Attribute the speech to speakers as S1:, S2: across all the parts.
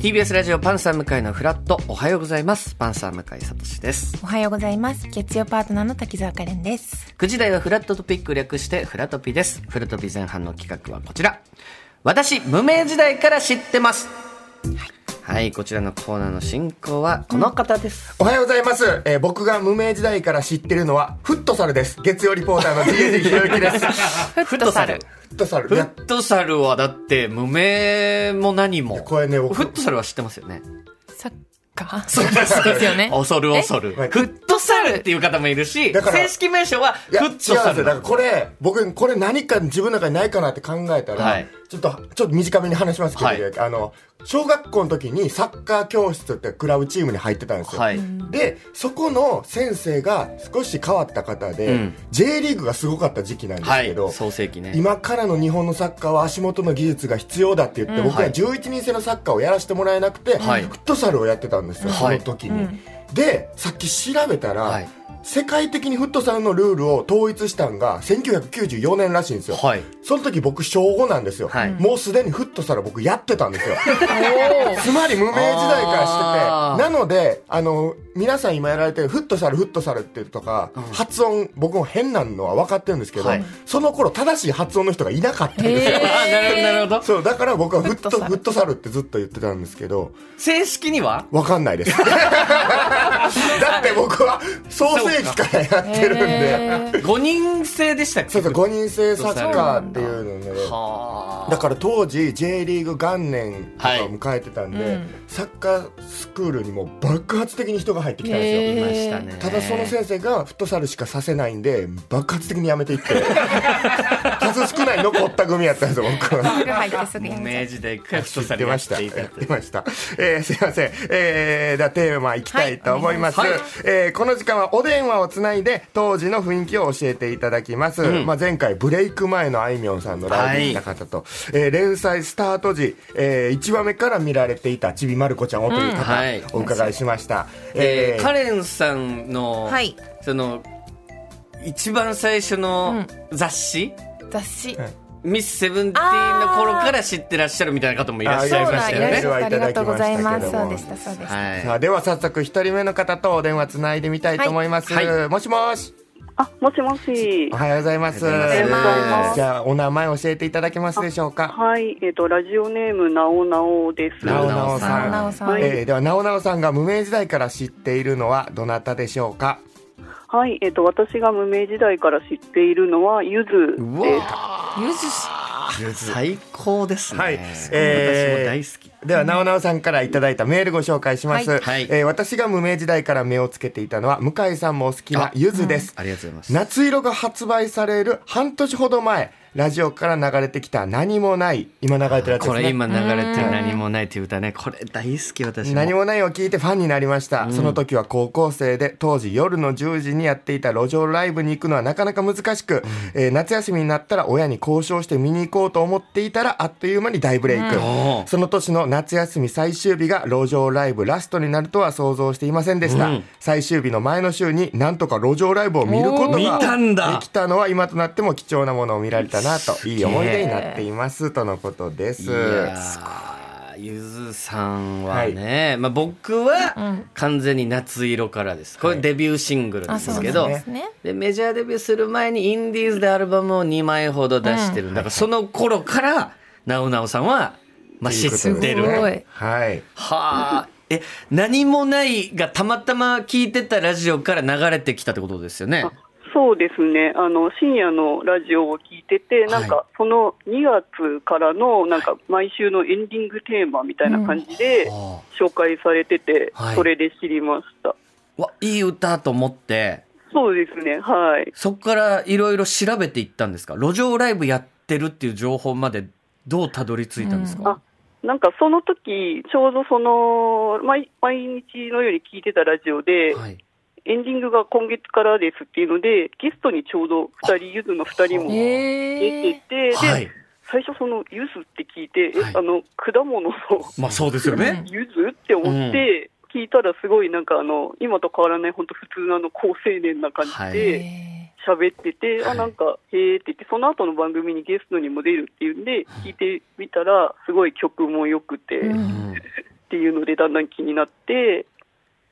S1: TBS ラジオパンサー向井のフラットおはようございますパンサー向井聡です
S2: おはようございます。月曜パートナーの滝沢カレンです。
S1: 9時台はフラットトピック略してフラトピですフラトピ前半の企画はこちら私無名時代から知ってますはい、こちらのコーナーの進行はこの方です、
S3: おはようございます、えー僕が無名時代から知ってるのはフットサルです月曜リポーターの GAG ひろゆきですフ
S1: フットサル
S3: ットサル
S1: フ
S3: ね
S1: ットサルはだって無名も何も
S3: これね僕
S1: フットサルは知ってますよね
S2: サッカーそうですよね。
S1: 恐る恐る。フ
S3: はい
S1: ットサルっていう方もいるし、
S3: だから
S1: 正式名称はフ
S3: いや違う
S1: ッ
S3: んで
S1: ト
S3: すよ
S1: サル
S3: だか
S1: な
S3: ら
S1: の。
S3: これ僕これ何か自分の中にないかなって考えたら、
S1: はい
S3: ちょっとちょっと短めに話しますけど、
S1: はい
S3: ひろゆきあの小学校の時にサッカー教室ってクラブチームに入ってたんですよ、
S1: はい。
S3: でそこの先生が少し変わった方で、
S1: うん
S3: J リーグがすごかった時期なんです
S1: は
S3: けど、
S1: い。創世記ね。
S3: 今からの日本のサッカーは足元の技術が必要だって言って、僕
S1: は
S3: はい11人制のサッカーをやらせてもらえなくて、
S1: はい
S3: フットサルをやってたんですよ、
S1: はい
S3: その時に。でさっき調べたら、
S1: はい
S3: 世界的にフットサルのルールを統一したんが1994年らしいんですよ、
S1: はい。
S3: その時僕小5なんですよ、
S1: はい
S3: もうすでにフットサル僕やってたんですよ
S2: おー
S3: つまり無名時代から
S1: あー
S3: しててなのであの皆さん今やられてるフットサルフットサルっていうとか、発音僕も変なのは分かってるんですけど、
S1: はい
S3: その頃正しい発音の人がいなかったんですよ、
S1: あーなるほど、なるほど。
S3: そうだから僕はフット
S2: フット
S3: フ
S2: サル
S3: ットサルってずっと言ってたんですけど
S1: 正式には
S3: 分かんないですだって僕は創世紀からやってるんで
S2: えー
S1: ?5 人制でしたっけ
S3: そうそう5人制サッカーっていうので、
S1: は
S3: だから当時 J リーグ元年とかを迎えてたんで、
S2: はいうん
S3: サッカースクールにも爆発的に人が入ってきたんです
S1: ー
S3: よ、
S1: いま
S2: へ
S1: したね。
S3: ただその先生がフットサルしかさせないんで爆発的にやめていって 数少ない残った組やったんですよ僕は。
S2: ル入ってすぐや
S1: 無
S2: めちゃ
S1: 名
S2: う
S1: 時代からフット
S3: 知
S1: サ
S3: っ
S1: ル
S3: て
S1: や
S3: ま
S1: っ
S3: した。
S1: ていた
S3: やっ
S1: とい
S3: て
S1: う。
S3: ました。えー、すいません。えー、ではテーマいきたいと思います。
S1: はい
S3: えーこの時間はお電話をつないで当時の雰囲気を教えていただきます。まあ前回ブレイク前のあいみょんさんのライブにいた方と、えー連載スタート時、え1話目から見られていたちびまる子ちゃんをという
S1: うん
S3: 方、
S1: はい
S3: お伺いしました。
S1: え
S3: え
S1: ー
S3: ー
S1: カレンさんの、
S2: はい
S1: その、一番最初の雑誌、
S2: 雑誌。
S3: はい
S1: ミスセブンティーンの頃から知ってらっしゃるみたいな方もいらっしゃい
S2: そう
S1: まし
S2: だ、
S1: た
S2: い
S1: よ
S2: らっ
S1: ね
S2: し。ゃいました。ありがとうございます。そ
S3: あ
S2: う
S3: りがとうございま
S2: で
S3: し
S2: したた、そうでした。
S1: はい
S3: さあでは早速一人目の方とお電話つないでみたいと思います。
S1: はいは
S3: もしもし。
S4: あ、もしもし
S3: お。はようございます。
S1: おはようござい
S2: ます
S3: じゃあお名前教えていただけますでしょうか。
S4: はい、えっ、と、ラジオネーム、なおなおです。
S1: な
S3: な
S1: お
S3: お
S1: な
S3: な
S1: お
S3: お
S1: さ
S3: さ
S1: ん
S3: ん。
S2: なおさん
S3: えーではなおなおさんが無名時代から知っているのはどなたでしょうか。
S4: はい、えっ、と、私が無名時代から知っているのは、ゆず
S1: う
S4: です。
S1: わ
S2: ゆずし。
S1: ー最高ですね。
S3: はい
S1: 私も
S3: えー
S1: 大好き。
S3: ではなおなおさんからいただいたメールご紹介します。
S2: はい
S1: はい
S3: えー私が無名時代から目をつけていたのは向井さんもお好きなゆずです。
S1: ありがとうございます。
S3: 夏色が発売される半年ほど前、ラジオから流れてきた何もない、今流れてるやつですね。
S1: これ今流れてる何もないっていう歌ね、これ大好き私も。
S3: 何もないを聞いてファンになりました、その時は高校生で当時夜の10時にやっていた路上ライブに行くのはなかなか難しく、えー夏休みになったら親に交渉して見に行こうと思っていたらあっという間に大ブレイク、
S1: おー
S3: その年の夏休み最終日が路上ライブラストになるとは想像していませんでした、
S1: うん
S3: 最終日の前の週になんとか路上ライブを見ること
S1: おー
S3: が
S1: 見たんだ
S3: できたのは今となっても貴重なものを見られたなといい思い出になっていますとのことです
S1: いやーゆずさんはね、まあ僕は完全に夏色からです。これデビューシングルで
S2: あ、そ
S1: す
S2: う
S1: け
S2: な
S1: ど、
S2: ん
S1: で
S2: ですね。
S1: メジャーデビューする前にインディーズでアルバムを2枚ほど出してる、ん、だからその頃からなおなおさんは、まあ、知ってる
S2: すごい
S3: はい
S1: はあ。え、何もないがたまたま聞いてたラジオから流れてきたってことですよね。
S4: そうですね。あの、深夜のラジオを聞いてて、なん
S1: は
S4: か、その2月からの、なんか、毎週のエンディングテーマみたいな感じで、
S1: は
S4: 紹介されてて、
S1: はい
S4: それで知りました。
S1: あわ、いい歌と思って、
S4: そうですね、はい。
S1: そこからいろいろ調べていったんですか路上ライブやってるっていう情報までどうたどり着いたんですか、
S4: なんかその時ちょうどその毎毎日のように聞いてたラジオで、
S1: はい。
S4: エンディングが今月からですっていうので、ゲストにちょうど2人、ゆずの2人も出
S2: え
S4: て
S2: え。
S4: て、で
S1: はい。
S4: 最初、そのゆずって聞いて、え
S1: はい
S4: あの果物の
S1: まあそうですよね。
S4: ゆずって思って、聞いたら、すごいなんかあの、今と変わらない、本当、普通のあの高青年な感じで
S2: え
S4: 喋ってて、
S1: はい
S4: あなんか、へーって言って、その後の番組にゲストにも出るっていうんで、聞いてみたら、すごい曲も良くて、
S2: う
S1: うんん
S4: っていうのでだんだん気になって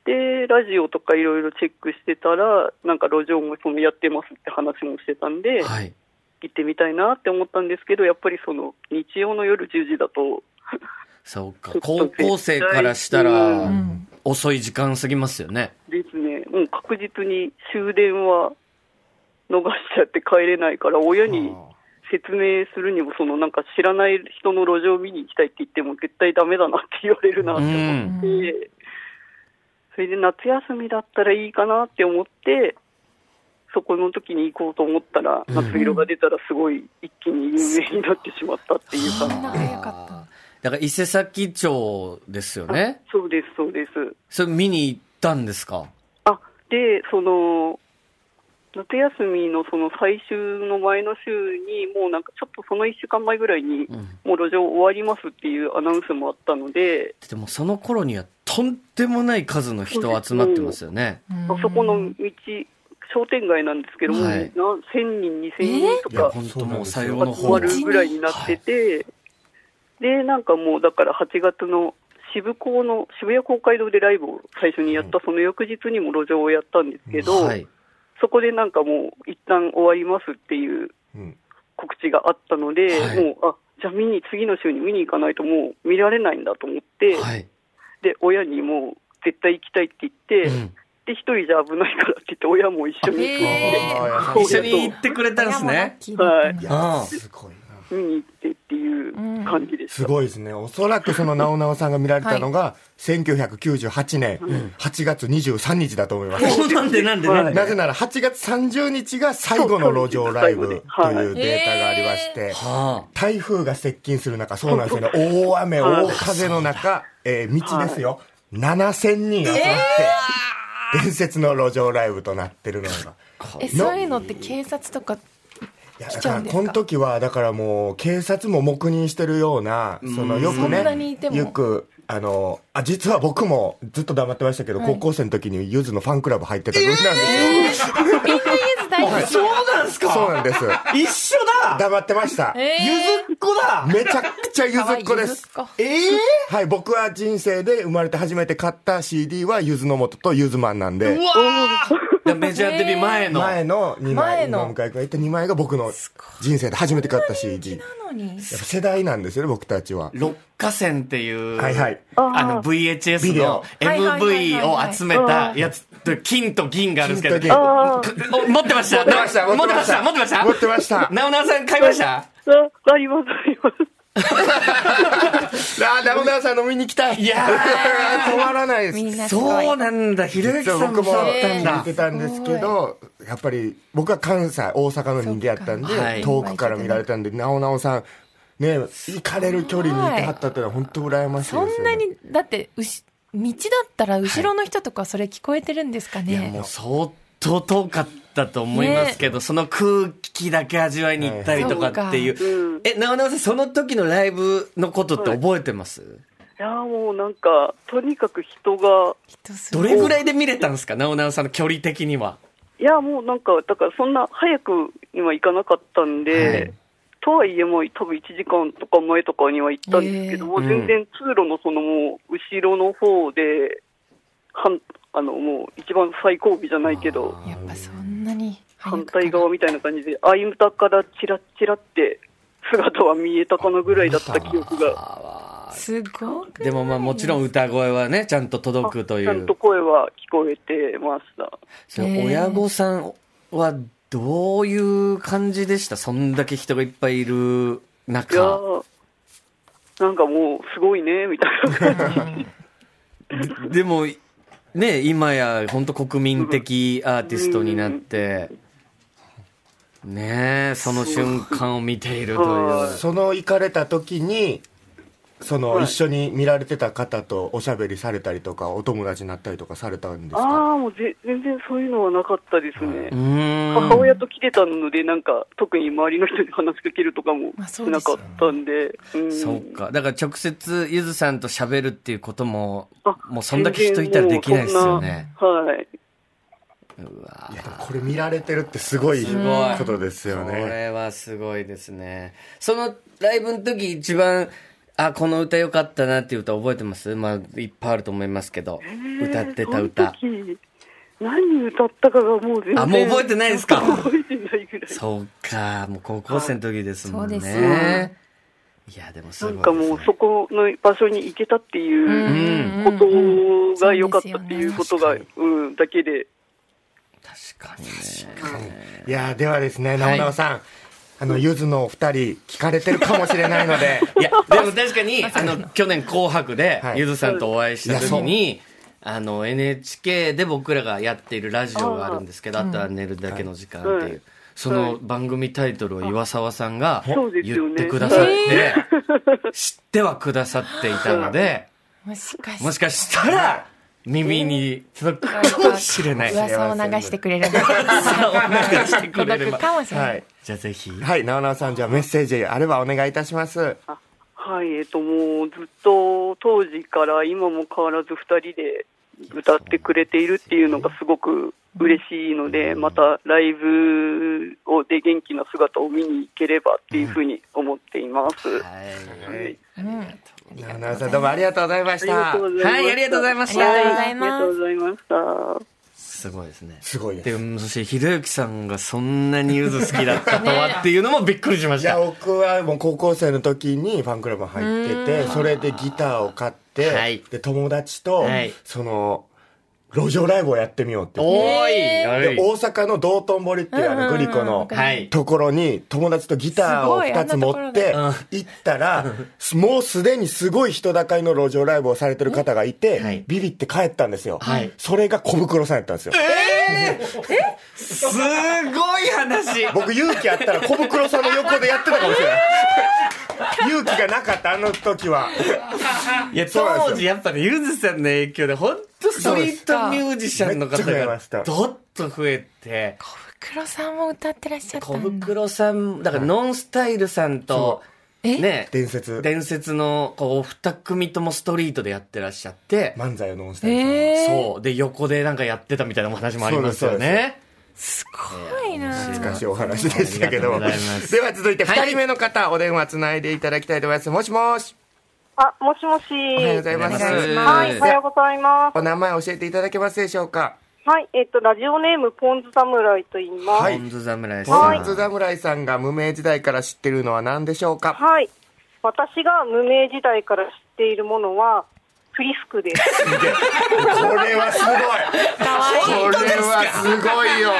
S4: でラジオとかいろいろチェックしてたらなんか路上もそのやってますって話もしてたんで、
S1: はい。
S4: 行ってみたいなって思ったんですけどやっぱりその日曜の夜10時だと
S1: そうか。高校生からしたら
S4: う、
S1: 遅い時間過ぎますよね。
S4: ですねもう確実に終電は逃しちゃって帰れないから親に説明するにもそのなんか知らない人の路上見に行きたいって言っても絶対ダメだなって言われるなって
S1: う
S4: 思
S1: ん。
S4: って、それで夏休みだったらいいかなって思ってそこの時に行こうと思ったら
S1: うん
S4: 夏色が出たらすごい一気に有名になってしまったっていう
S2: そん
S4: か、
S2: な早かった。
S1: だから伊勢崎町ですよね。
S4: そうですそうです
S1: それ見に行ったんですか
S4: あでその夏休みのその最終の前の週にもうなんかちょっとその1週間前ぐらいに
S1: うん。
S4: もう路上終わりますっていうアナウンスもあったので、
S1: でもその頃にはとんでもない数の人集まってますよね。
S2: うん
S4: あそこの道商店街なんですけども、
S1: は
S4: ない1000人2000人と
S3: いや
S4: か
S1: 本当もうさようの
S4: 集
S1: 方
S4: ま
S1: が
S4: るぐらいになってて、でなんかもうだから8月の渋港の渋谷公会堂でライブを最初にやった、その翌日にも路上をやったんですけど、
S1: はい。
S4: そこでなんかもう一旦終わりますっていう
S3: うん
S4: 告知があったので、
S1: はい
S4: もうあじゃあ見に次の週に見に行かないともう見られないんだと思って、
S1: はい。
S4: で親にもう絶対行きたいって言って、
S1: うん
S4: で一人じゃ危ないからって言って親も一緒に行く
S2: へー
S3: あー
S4: そう
S1: 一緒に行ってくれたんですね。。
S4: はい
S3: い
S2: いや
S1: あ
S3: や
S1: あ
S3: すごいな
S4: 見に行ってっていう感じでした、
S3: すごいですね。おそらくそのなおなおさんが見られたのが、1998年8月23日だと思います。
S1: そうなんでなんでなんで。
S3: なぜなら8月30日が最後の路上ライブというデータがありまして、
S1: は
S3: 台風が接近する中、そうなんですよね。大雨、
S4: はい
S3: 大風の中、えー道ですよ。7000人集まって、伝説の路上ライブとなってるのが。
S2: え、そういうのって警察とか、
S3: いや
S2: 来
S3: だ
S2: ちゃ
S3: か
S2: う
S3: ら
S2: んです
S3: こ
S2: か
S3: の時はだからもう警察も黙認してるようなそのよく
S2: そんなに
S3: ね
S2: いても
S3: よくあのあ実は僕もずっと黙ってましたけど、高校生の時にゆずのファンクラブ入ってた分なんですよ、
S2: みんな家大好
S3: はい
S1: あ。そうなんですか
S3: そうなんです
S1: 一緒だ
S3: 黙ってました、
S2: えー
S1: ゆずっこだ
S3: めちゃくちゃゆずっこです
S2: 可愛いゆずっ
S1: え
S2: 子
S1: え
S3: はい僕は人生で生まれて初めて買った CD はゆずの素とゆずマンなんで
S1: ーメジャーデビュー前の。
S3: 前の2枚
S2: 前の
S3: 今向井君が言って2枚が僕の人生で初めて買った CD やっ
S2: なのに。
S3: ぱ世代なんですよね僕たちは
S1: 六花線っていう、
S3: はいはい
S1: あの VHS
S3: ビデ
S1: の
S3: オ
S2: はいはいはいはい
S1: MV を集めたやつ、金と銀があるんですけ
S3: 金と
S1: ど、
S3: 銀
S4: あ
S1: お持ってました
S3: 持ってました
S1: 持ってました持ってました
S3: 持ってました
S1: なおなおさん買いました
S4: ーあありますあります
S3: ああ、ダウナーさん飲みに行きたい。
S1: いやー
S3: 止まらないです。
S2: みんなすごい。
S1: そうなんだ、ひろゆき
S3: 実
S1: さ
S3: は
S1: ん
S3: 僕
S1: も
S3: も
S1: そうだったん
S3: 聞い
S1: だ
S3: て。たんですけど、やっぱり僕は関西、大阪の人間やったん
S1: そっかはい
S3: で、遠くから見られたんで、なおなおさん、ね、行かれる距離にいてはったっていうのは本当羨ましいです
S2: そ
S3: よ、ね。
S2: んなに、だって、うし、道だったら後ろの人とかそれ聞こえてるんですか
S1: い
S2: ね。
S1: や、もう相当遠かったと思いますけど、その空気だけ味わいに行ったりとかっていう。
S4: うん
S1: え、なおなおさん、その時のライブのことって覚えてます、
S4: いやーもうなんかとにかく人が
S2: 人す
S1: ど
S2: ごい
S1: れぐらいで見れたんですかなおなおさんの距離的には。
S4: いやもうなんかだからそんな早くには行かなかったんで、
S1: はい
S4: とはいえもう多分1時間とか前とかには行ったんですけど、もう全然通路のそのもう後ろの方で反あのもう一番最後尾じゃないけど
S2: やっぱそんなに。
S4: 反対側みたいな感じで相歌からチラッチラって姿は見えたかなぐらいだった記憶が
S1: あ
S2: すごく
S1: ー。でもまあもちろん歌声はね、ちゃんと届くとい
S4: ちゃん
S1: う
S4: と。声は聞こえてました。
S1: その親御さんはどういう感じでしたそんだけ人がいっぱいいる
S4: いや
S1: 中。
S4: ーなんかもうすごいねみたいな 感じ
S1: でも、ね、今や本当国民的アーティストになって、ねえ、その瞬間を見ているという。
S3: その行かれた時に、その、
S4: はい
S3: 一緒に見られてた方とおしゃべりされたりとか、お友達になったりとかされたんですか
S4: ああ、もうぜ全然そういうのはなかったですね。
S1: うーん
S4: 母親と来てたので、なんか、特に周りの人に話しかけるとかも
S2: まあ
S4: し
S2: そうで
S4: な
S2: す
S4: か
S2: よ
S4: っ
S2: ね
S4: たんで、うん
S1: そうか。だから直接、ゆずさんと喋るっていうことも
S4: あ、
S1: もうそんだけ人いたらできないですよね。
S4: 全然もうそんなはい。
S1: うわ
S3: いや、でもこれ見られてるってすごい
S1: すごい
S3: ことですよ
S1: こ
S3: ね。
S1: れはすごいですね。そのライブの時一番あ、この歌良かったなっていう歌覚えてますまあ、いっぱいあると思いますけど。歌ってた歌。
S4: その時何歌ったかがもう全然。
S1: あもう覚えてないですか
S4: 覚えてないぐらい。
S1: そうか、もう高校生の時ですもんね。
S2: そうですね
S1: いや、でもす
S4: な
S1: ごい、
S4: ん
S1: ね。
S4: かもうそこの場所に行けたっていううことが良かったっていうことが、うん、だけで。
S1: 確かにね。
S3: いやーではですね、
S1: は
S3: 直
S1: い
S3: 直さん、あの、ゆずのお二人、聞かれてるかもしれないので、
S1: いや、 でも確かに、あの、去年紅白で
S3: は、い
S1: ゆずさんとお会いした時に、あの、NHK で僕らがやっているラジオがあるんですけど、あとは寝るだけの時間って、
S4: はいいう
S1: その番組タイトルを岩沢さんが
S4: そうですよ
S1: 言っ
S4: ね
S1: てくださって、知ってはくださっていたので、
S2: もしかして
S1: もしかしたら、耳に届くかもしれない。
S2: 噂を流してくれる
S1: 流してくれれ
S2: 届く
S1: ば。
S2: かもしれな
S3: はいい。
S1: じゃあぜひ。
S3: はい、直直さん、じゃあメッセージあればお願いいたします。
S4: あはい、えっ、と、もうずっと当時から今も変わらず2人で歌ってくれているっていうのがすごく嬉しいので、またライブをで元気な姿を見に行ければっていうふうに思っています。
S1: は。
S4: はいい
S3: 直直さん、どうもありがとうございまし
S4: あ
S3: た
S4: りがと。うございました
S1: はいありがとうございました
S4: はいありがとうございました。
S1: すごいですね。
S3: すごいです。
S1: でもそしてひろゆきさんがそんなにゆず好きだったとはっていうのもびっくりしまし
S3: いや、
S1: た、
S3: 僕はもう高校生の時にファンクラブ入ってて、それでギターを買って、
S1: はい
S3: で、友達と、
S1: はい
S3: その、路上ライブをやってみようって言って。
S1: おーい、
S3: で
S1: おい
S3: 大阪の道頓堀っていうあのグリコの
S1: はい
S3: ところに友達とギターを2つ持って
S1: すごいあんなところ
S3: 行った らもうすでにすごい人だかりの路上ライブをされてる方がい
S1: はい
S3: てビビって帰ったんですよ
S1: はい
S3: それが小袋さんやったんですよ
S1: すごい話
S3: 僕勇気あったら小袋さんの横でやってたかもし れない勇気がなかったあの時はい
S1: や
S3: そうなんですよ
S1: 当時やっぱねゆずさんの影響で本当ストリートミュージシャンの方
S3: めっちゃ増え
S1: が
S3: ました
S1: どっと増えて
S2: 小袋さんも歌ってらっしゃった
S1: 小
S2: んだ。
S1: 袋さんだからノンスタイルさんと
S3: そ
S2: え
S1: ね
S3: 伝説
S1: 伝説のこうお二組ともストリートでやってらっしゃって、
S3: 漫才をノンスタイルさんは
S2: えー、
S1: そうで横でなんかやってたみたいなお話もありますよ
S3: そうです
S1: ね
S2: すごいな。
S3: 難しいお話でしたけど
S1: あ
S3: も
S1: りがとうございます
S3: では続いて
S1: はい
S3: 2人目の方、お電話つないでいただきたいと思いますもしもし
S5: あ、もしもし。
S3: おはようございます
S1: お願いしま
S5: は
S1: す
S5: い、おはようございます。
S3: お名前教えていただけますでしょうか
S5: はい、えっと、ラジオネーム、ポンズ侍と言いま
S3: は
S5: す。はいい。
S1: ポンズ侍さん、
S3: ポンズ侍さんが無名時代から知ってるのは何でしょうか
S5: 私が無名時代から知っているものは、フリスクです。
S3: これはすごいこれはすごいよ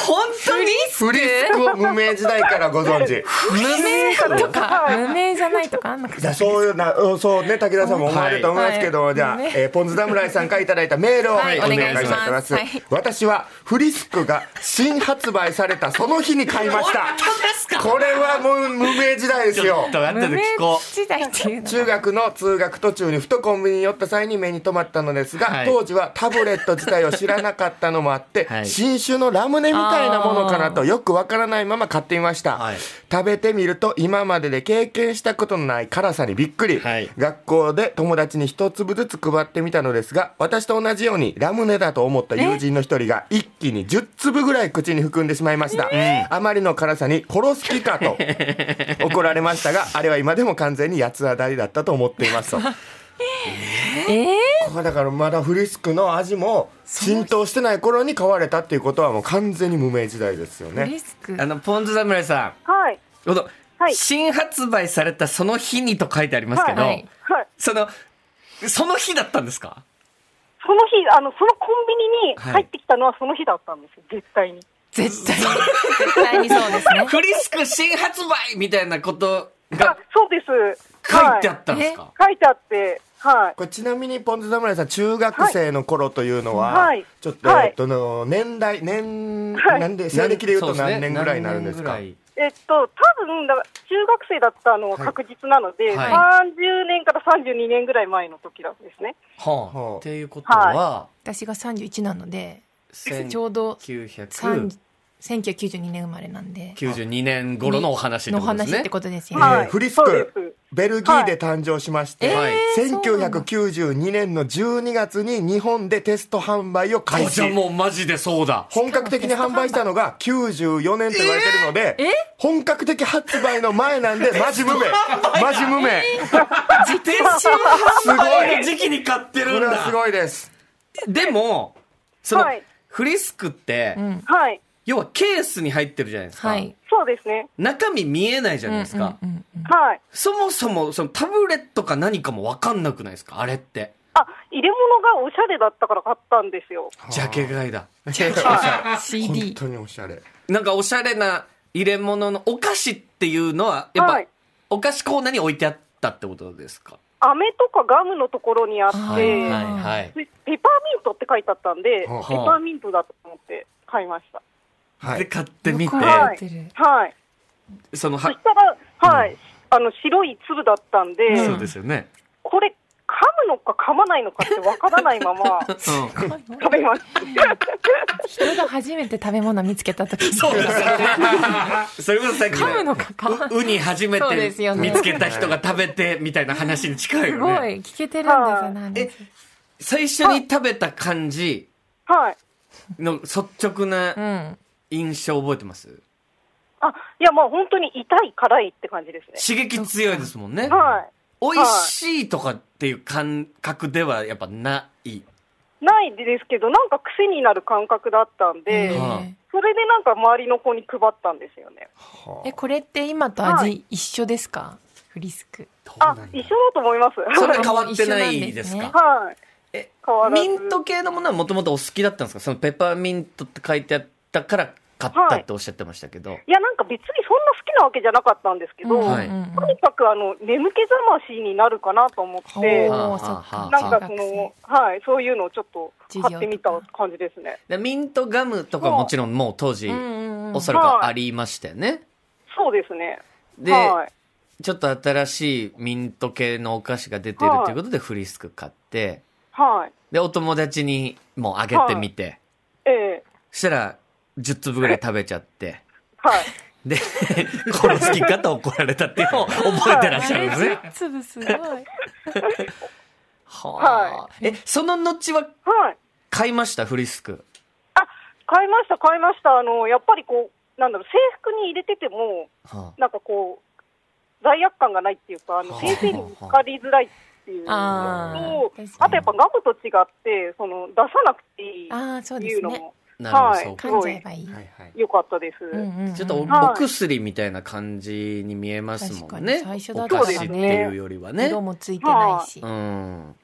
S1: 本当に
S3: フリスクを無名時代からご存知
S1: 無名
S2: とか、無名じゃないとかあんのか
S3: じゃあそういうなうんそうね武田さんも思われると思いますけど、
S2: はい
S3: じゃあ、
S2: はい
S3: えーポンズ侍さんからいただいたメールをお
S2: はい
S3: 願いしたいと思い
S2: お願
S3: ま
S2: いし
S3: す,、
S2: ますはい
S3: 私はフリスクが新発売されたその日に買いましたこれはもう無名時代です
S1: ちょ
S3: よ
S1: っと後
S2: 無
S1: で
S2: 名
S1: 聞こ
S2: 時代っていうの
S3: 中学の通学途中にふとコンビニに寄った際に目に留まったのですが、
S1: はい
S3: 当時はタブレット自体を知らなかったのもあって、
S1: はい
S3: 新種のラムネみたいなものかなとよくわからないまま買ってみました、
S1: はい
S3: 食べてみると今までで経験したことのない辛さにびっくり、
S1: はい
S3: 学校で友達に一粒ずつ配ってみたのですが私と同じようにラムネだと思った友人の一人が一気に10粒ぐらい口に含んでしまいました、あまりの辛さに殺す気か と怒られましたがあれは今でも完全に八つ当たりだったと思っていますと
S2: え
S3: これだからまだフリスクの味も浸透してない頃に買われたっていうことはもう完全に無名時代ですよ
S2: ー、フリ
S3: ね
S2: スク
S1: うあのポンズ侍さ
S5: はい。
S1: んこの、
S5: はい
S1: 新発売されたその日にと書いてありますけど、
S2: はい
S5: はい。
S1: そのその日だったんですか
S5: その日、あの、そのコンビニに入ってきたのはその日だったんですよ、絶対に。
S2: 絶対に絶対にそうですね
S1: フリスク新発売みたいなこと
S5: あ
S1: が、
S5: そうです。
S1: 書いてあ
S5: は
S1: ったんですか、
S5: い、書いてあって、はい。
S3: これちなみにポンズ侍さん中学生の頃というのは、
S5: はい
S3: ちょっと、
S5: はい
S3: えっとの年代年、
S5: はい
S3: なんで
S1: 何
S3: 西暦で言う
S1: そ
S3: と
S1: ですね
S3: 何年ぐらいになるんですか
S1: 何年ぐ
S5: えっと、多分だから中学生だったのは確実なの
S1: は
S5: で、
S1: い
S5: 30年から32年ぐらい前の時なんですね。
S1: らいはあ
S3: はあ
S1: っていうことは、
S2: 私が31なので
S1: 千
S2: ちょうど
S1: 1992
S2: 30 1992年生まれなんで
S1: 年頃のお話って
S2: の
S1: ことです
S2: 話っ
S1: ね
S2: てことですよね
S5: はい
S3: えーフリスク
S5: そうです
S3: ベルギーで誕生しまして、
S1: はいえ
S3: 1992年の12月に日本でテスト販売を開
S1: あ
S3: 始
S1: じゃあもうマジでそうだ。
S3: 本格的に販売したのが94年と言われてるので、本格的発売の前なんで、マジ無名。マジ無名。
S1: テスト販売の
S3: す
S1: 時期に買ってる
S3: こ
S1: ん
S3: れはす
S1: だ。
S3: ごいです。
S1: でも、その
S5: はい、
S1: フリスクって、
S2: ん
S5: はい。
S1: 要はケースに入ってるじゃないですか。
S2: はい。
S5: そうですね。
S1: 中身見えないじゃないですか。
S2: うんうんうんうん
S5: はい。
S1: そもそも、そのタブレットか何かもわかんなくないですかあれって。
S5: あ、入れ物がおしゃれだったから買ったんですよ。
S1: ジャケ買 いだ。
S3: 本
S2: CD。
S3: 当におしゃれ。
S1: なんかおしゃれな入れ物のお菓子っていうのは、やっぱ、
S5: はい
S1: お菓子コーナーに置いてあったってことですか。
S5: 飴とかガムのところにあって、
S2: はいはい
S5: ペペパーミントって書いてあったんで、ペ
S3: はあ
S5: パーミントだと思って買いました。
S3: は
S1: で、
S3: い。
S1: 買ってみて、
S5: は
S2: はいい。
S5: はい。
S1: その、
S5: そ
S1: は
S5: し、たら、はい。あの、白い粒だったんで、
S1: そうですよね。
S5: これ、噛むのか噛まないのかってわからないまま
S1: うん
S5: 食べました。
S2: 人が初めて食べ物見つけた時
S1: そうですよね。それこそさっき
S2: 噛むのか噛まない
S1: ウウニ初め
S2: そうです
S1: て
S2: よね
S1: 見つけた人が食べてみたいな話に近い
S2: すご
S1: よね。
S2: い、聞けてるんですよ、なん
S1: え
S2: で。、
S1: 最初に食べた感じ
S5: はい。
S1: の率直
S2: う。
S1: なん印象覚えてます
S5: あ、いや、まあ本当に痛い、辛いって感じです
S1: 刺激強いですもんね
S5: ね。。はい。
S1: 美味しいとかっていう感覚ではやっぱない。
S5: ないですけど、なんか癖になる感覚だったんで、
S1: はい
S5: それでなんか周りの子に配ったんですよね。
S2: え、これって今と味一緒ですかフリスク。
S1: どうな
S5: あ
S1: んだ、
S5: 一緒だと思います。
S1: そんな
S5: は
S1: 変わってないです
S2: 一緒なんですね
S1: か
S5: い。
S1: え
S5: 変わらず
S1: ミント系のものはもともとお好きだったんですかそのペパーミントって書いてあったから買ったっておっしゃってましたけど。
S5: いや、なんか別にそんな好きなわけじゃなかったんですけど、
S2: うんうん
S1: はい
S2: うん
S5: とにかくあの眠気覚ましになるかなと思って、
S1: はあ
S2: おーそっ
S1: はあ
S2: か
S5: なん
S2: 中
S5: かそ
S2: 学
S5: の
S2: 生、
S5: はい、そういうのをちょっと
S2: 授業
S5: 買ってみた感じですね。
S1: でミントガムとかもちろんもう当時
S2: うんうんうん
S1: おそらくありましたよね。
S5: そうですね。
S1: で、
S5: はい。
S1: ちょっと新しいミント系のお菓子が出てるということでフリスク買って、
S5: はい。
S1: で、お友達にもうあげてみて、
S5: ええ
S1: そしたら10粒ぐらい食べちゃって、
S5: はい。
S1: で、 この好きかと怒られたっていうのを覚えてらっしゃるんですね。
S2: あれ 粒すごい。
S1: はあ。え、その後は
S5: はい。
S1: 買いました、フリスク。
S5: あ、買いました、買いました。あの、やっぱりこう、なんだろう、制服に入れてても、
S1: は
S5: なんかこう、罪悪感がないっていうか、あ
S1: は
S5: の
S1: あ
S5: 先生に分かりづらいっていうのと、
S2: あー
S5: あとやっぱガムと違って、その出さなくていい
S2: あーそう
S5: って
S2: で
S5: い
S2: す
S5: うの
S2: ね
S5: も
S1: あ、なるほど、
S5: はい
S1: そう
S2: 噛んじゃえばいい。
S3: はいはい。
S5: 良かったです。
S2: うんうんうん
S1: ちょっとお,、
S5: はい
S1: 薬みたいな感じに見えますもんね。
S2: 確かに最初だ
S1: お
S2: った
S5: らね
S1: 菓子っていうよりはね。
S2: 色もついてないし
S1: う。ん。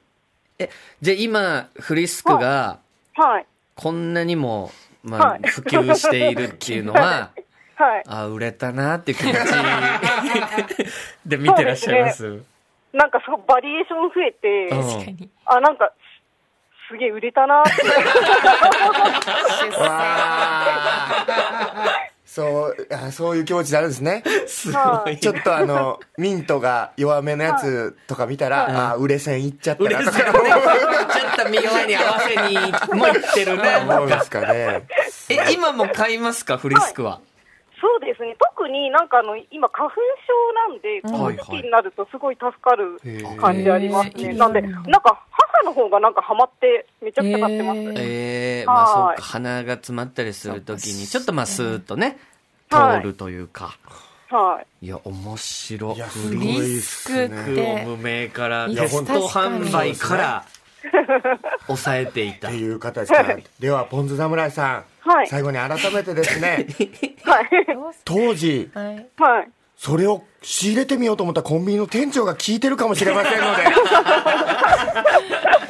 S1: え、じゃあ今、フリスクが
S5: はい。
S1: こんなにも、ま
S5: は
S1: あ
S5: い、
S1: 普及しているっていうのは、
S5: はい。
S1: あ売れたなっていう気持ちで見てらっしゃいます。
S5: なんかすごいバリエーション増えて、
S1: うん
S2: 確かに。
S5: あ、なんか、すすげえ売れたなって。
S2: 出産。
S3: そう、あそういう気持ちになるんですね。
S1: す
S5: は
S1: ごい。
S5: い
S3: ちょっとあの、ミントが弱めのやつとか見たら、ああー、売れ線いっちゃった
S1: 売れ
S3: な
S1: て
S3: と
S1: るね。ちょ
S3: か
S1: っと見ように合わせにも行ってるね。
S3: 思うんですかね。
S1: え、今も買いますかフリスクは。
S5: そうですね。特になんかあの、今花粉症なんで、この時期になるとすごい助かる感じあります
S2: へ
S5: ね。
S2: ー
S5: なんで、なんか母の方がなんかハマって、めちゃくちゃ買ってます。
S2: へー
S1: ええまあそう
S5: は
S1: か、
S5: い
S1: 鼻が詰まったりするときに、ちょっとまあスーッとね、
S5: は
S1: 通
S5: い
S1: るというか。
S5: はい。
S1: いや、面白
S3: いや
S1: フ
S3: す
S1: リ
S3: ご
S1: ス
S3: い
S2: リ
S3: っ
S2: ス
S3: す
S2: ク
S3: ね
S1: クを無名から、
S2: いや
S1: テスト販売から、抑えてい
S3: ったて。いう形から。では、ポン酢侍さん、
S5: はい
S3: 最後に改めてですね、
S5: はい。
S2: どうす
S3: 当時、
S2: はい。
S5: はい。
S3: それを仕入れてみようと思ったコンビニの店長が聞いてるかもしれませんので、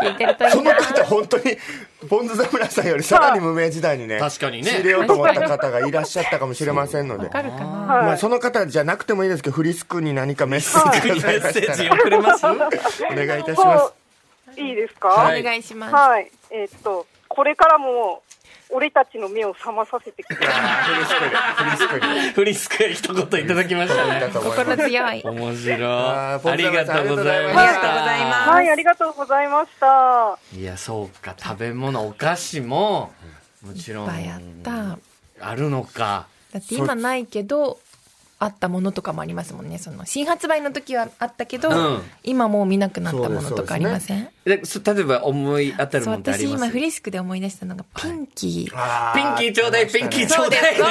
S2: 聞いてるといい
S3: その
S2: な。
S3: 方、本当に、ポン酢侍さんよりさらに無名時代にね、
S1: 確かにね
S3: 仕入れようと思った方がいらっしゃったかもしれませんの
S2: わ
S3: で、
S2: かるかな
S5: はい
S3: まあ、その方じゃなくてもいいですけど、フリスクに何かメッセージ
S1: メ
S3: ください
S1: ッ
S3: ま
S1: セ
S3: し
S1: ー
S3: た
S1: ジ
S3: ら、
S1: 送れます
S3: お願いいたします
S5: こ。ういいですか、
S1: は
S5: はいい、
S2: お願いします。
S5: えーっと、これからも、俺たちの目を覚まさせてく
S3: フ
S5: れ。
S3: リスクに、フリスクに。
S1: フリスクへ一言いただきましたね。
S2: 心強い。
S1: 面
S3: あー
S1: 白い。
S3: ポ
S1: あ
S3: ン
S1: り
S3: 酢侍さん
S1: がとうございまし
S2: あり
S1: た
S2: がとうございます
S5: はい、ありがとうございました。
S1: いや、そうか。食べ物、お菓子も、もち
S2: い
S1: ろ
S2: っ
S1: ん、
S2: ぱいあった。
S1: あるのか。
S2: だって今ないけど、あったものとかもありますもんねその新発売の時はあったけど、
S1: うん
S2: 今もう見なくなったものとかありません
S1: でそ例えば思い当たるも
S2: そう
S1: のってあ
S2: 私
S1: りま
S2: 今
S1: す
S2: フリスクで思い出したのがピンキー、
S1: ピンキーちょうだいピンキーちょうだい、
S2: あピン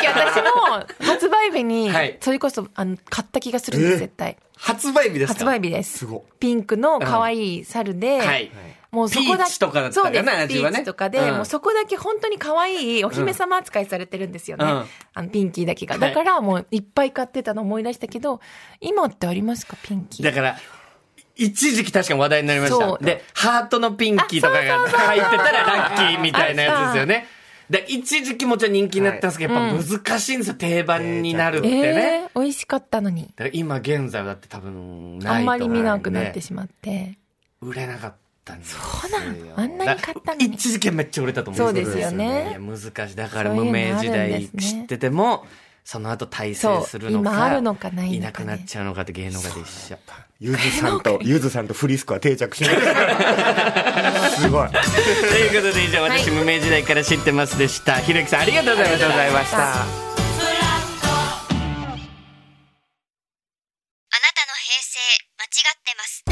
S2: キー私の発売日に
S1: はい
S2: それこそあの買った気がするんです
S3: え
S2: 絶対
S1: 発売日ですか
S2: 発売日です
S3: ごい
S2: ピンクの可愛い猿で、
S1: はい
S2: もうそこ
S1: ピ
S2: だけ
S1: ーチとかだったかな
S2: そうです
S1: 味はね
S2: ピーチとかで、
S1: うん
S2: もうそこだけ本当に可愛いお姫様扱いされてるんですよね、
S1: うん
S2: あのピンキーだけが
S1: い
S2: だからもういっぱい買ってたの思い出したけど今ってありますかピンキー
S1: だから一時期確かに話題になりまし
S2: そ
S1: た
S2: う
S1: でハートのピンキーとかが入ってたらラッキーみたいなやつですよねで一時期もちろん人気になったんですけど、やっぱ難しいんですよ、定番になるってね、
S2: えー、美味しかったのに
S1: だから今現在はだって多分な
S2: あ
S1: い
S2: ん
S1: と
S2: ま
S1: 思う
S2: り
S1: んで
S2: 見なくなってしまって
S1: 売れなかったんですよ
S2: そうなのあんなに買ったの
S1: だ
S2: に
S1: 一時期めっちゃ売れたと思
S2: そう
S1: う
S2: ですよ
S1: いや
S2: ね
S1: 難しいだから
S2: そうい
S1: 無
S2: うの
S1: 名
S2: あるん
S1: 時代
S2: ですね
S1: 知っててもその後大成するのか
S2: そう今あるのかないのかね
S1: いなくなっちゃうのかって芸能界で一緒
S3: ゆずさんと、ゆずさんとフリスクは定着しま した。すごい。
S1: ということで以上私無名時代から知ってますでしたひろゆきさんありがとうございました
S6: あなたの平成間違ってます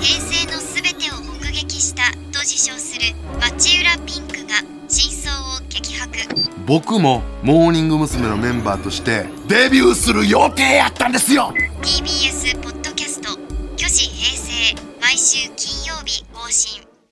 S6: 平成のすべてを目撃したと自称する町浦ピンクが真相を激白
S7: 僕もモーニング娘。のメンバーとしてデビューする予定やったんですよ
S6: TBS ポッドキャスト「虚子平成」毎週金曜日更新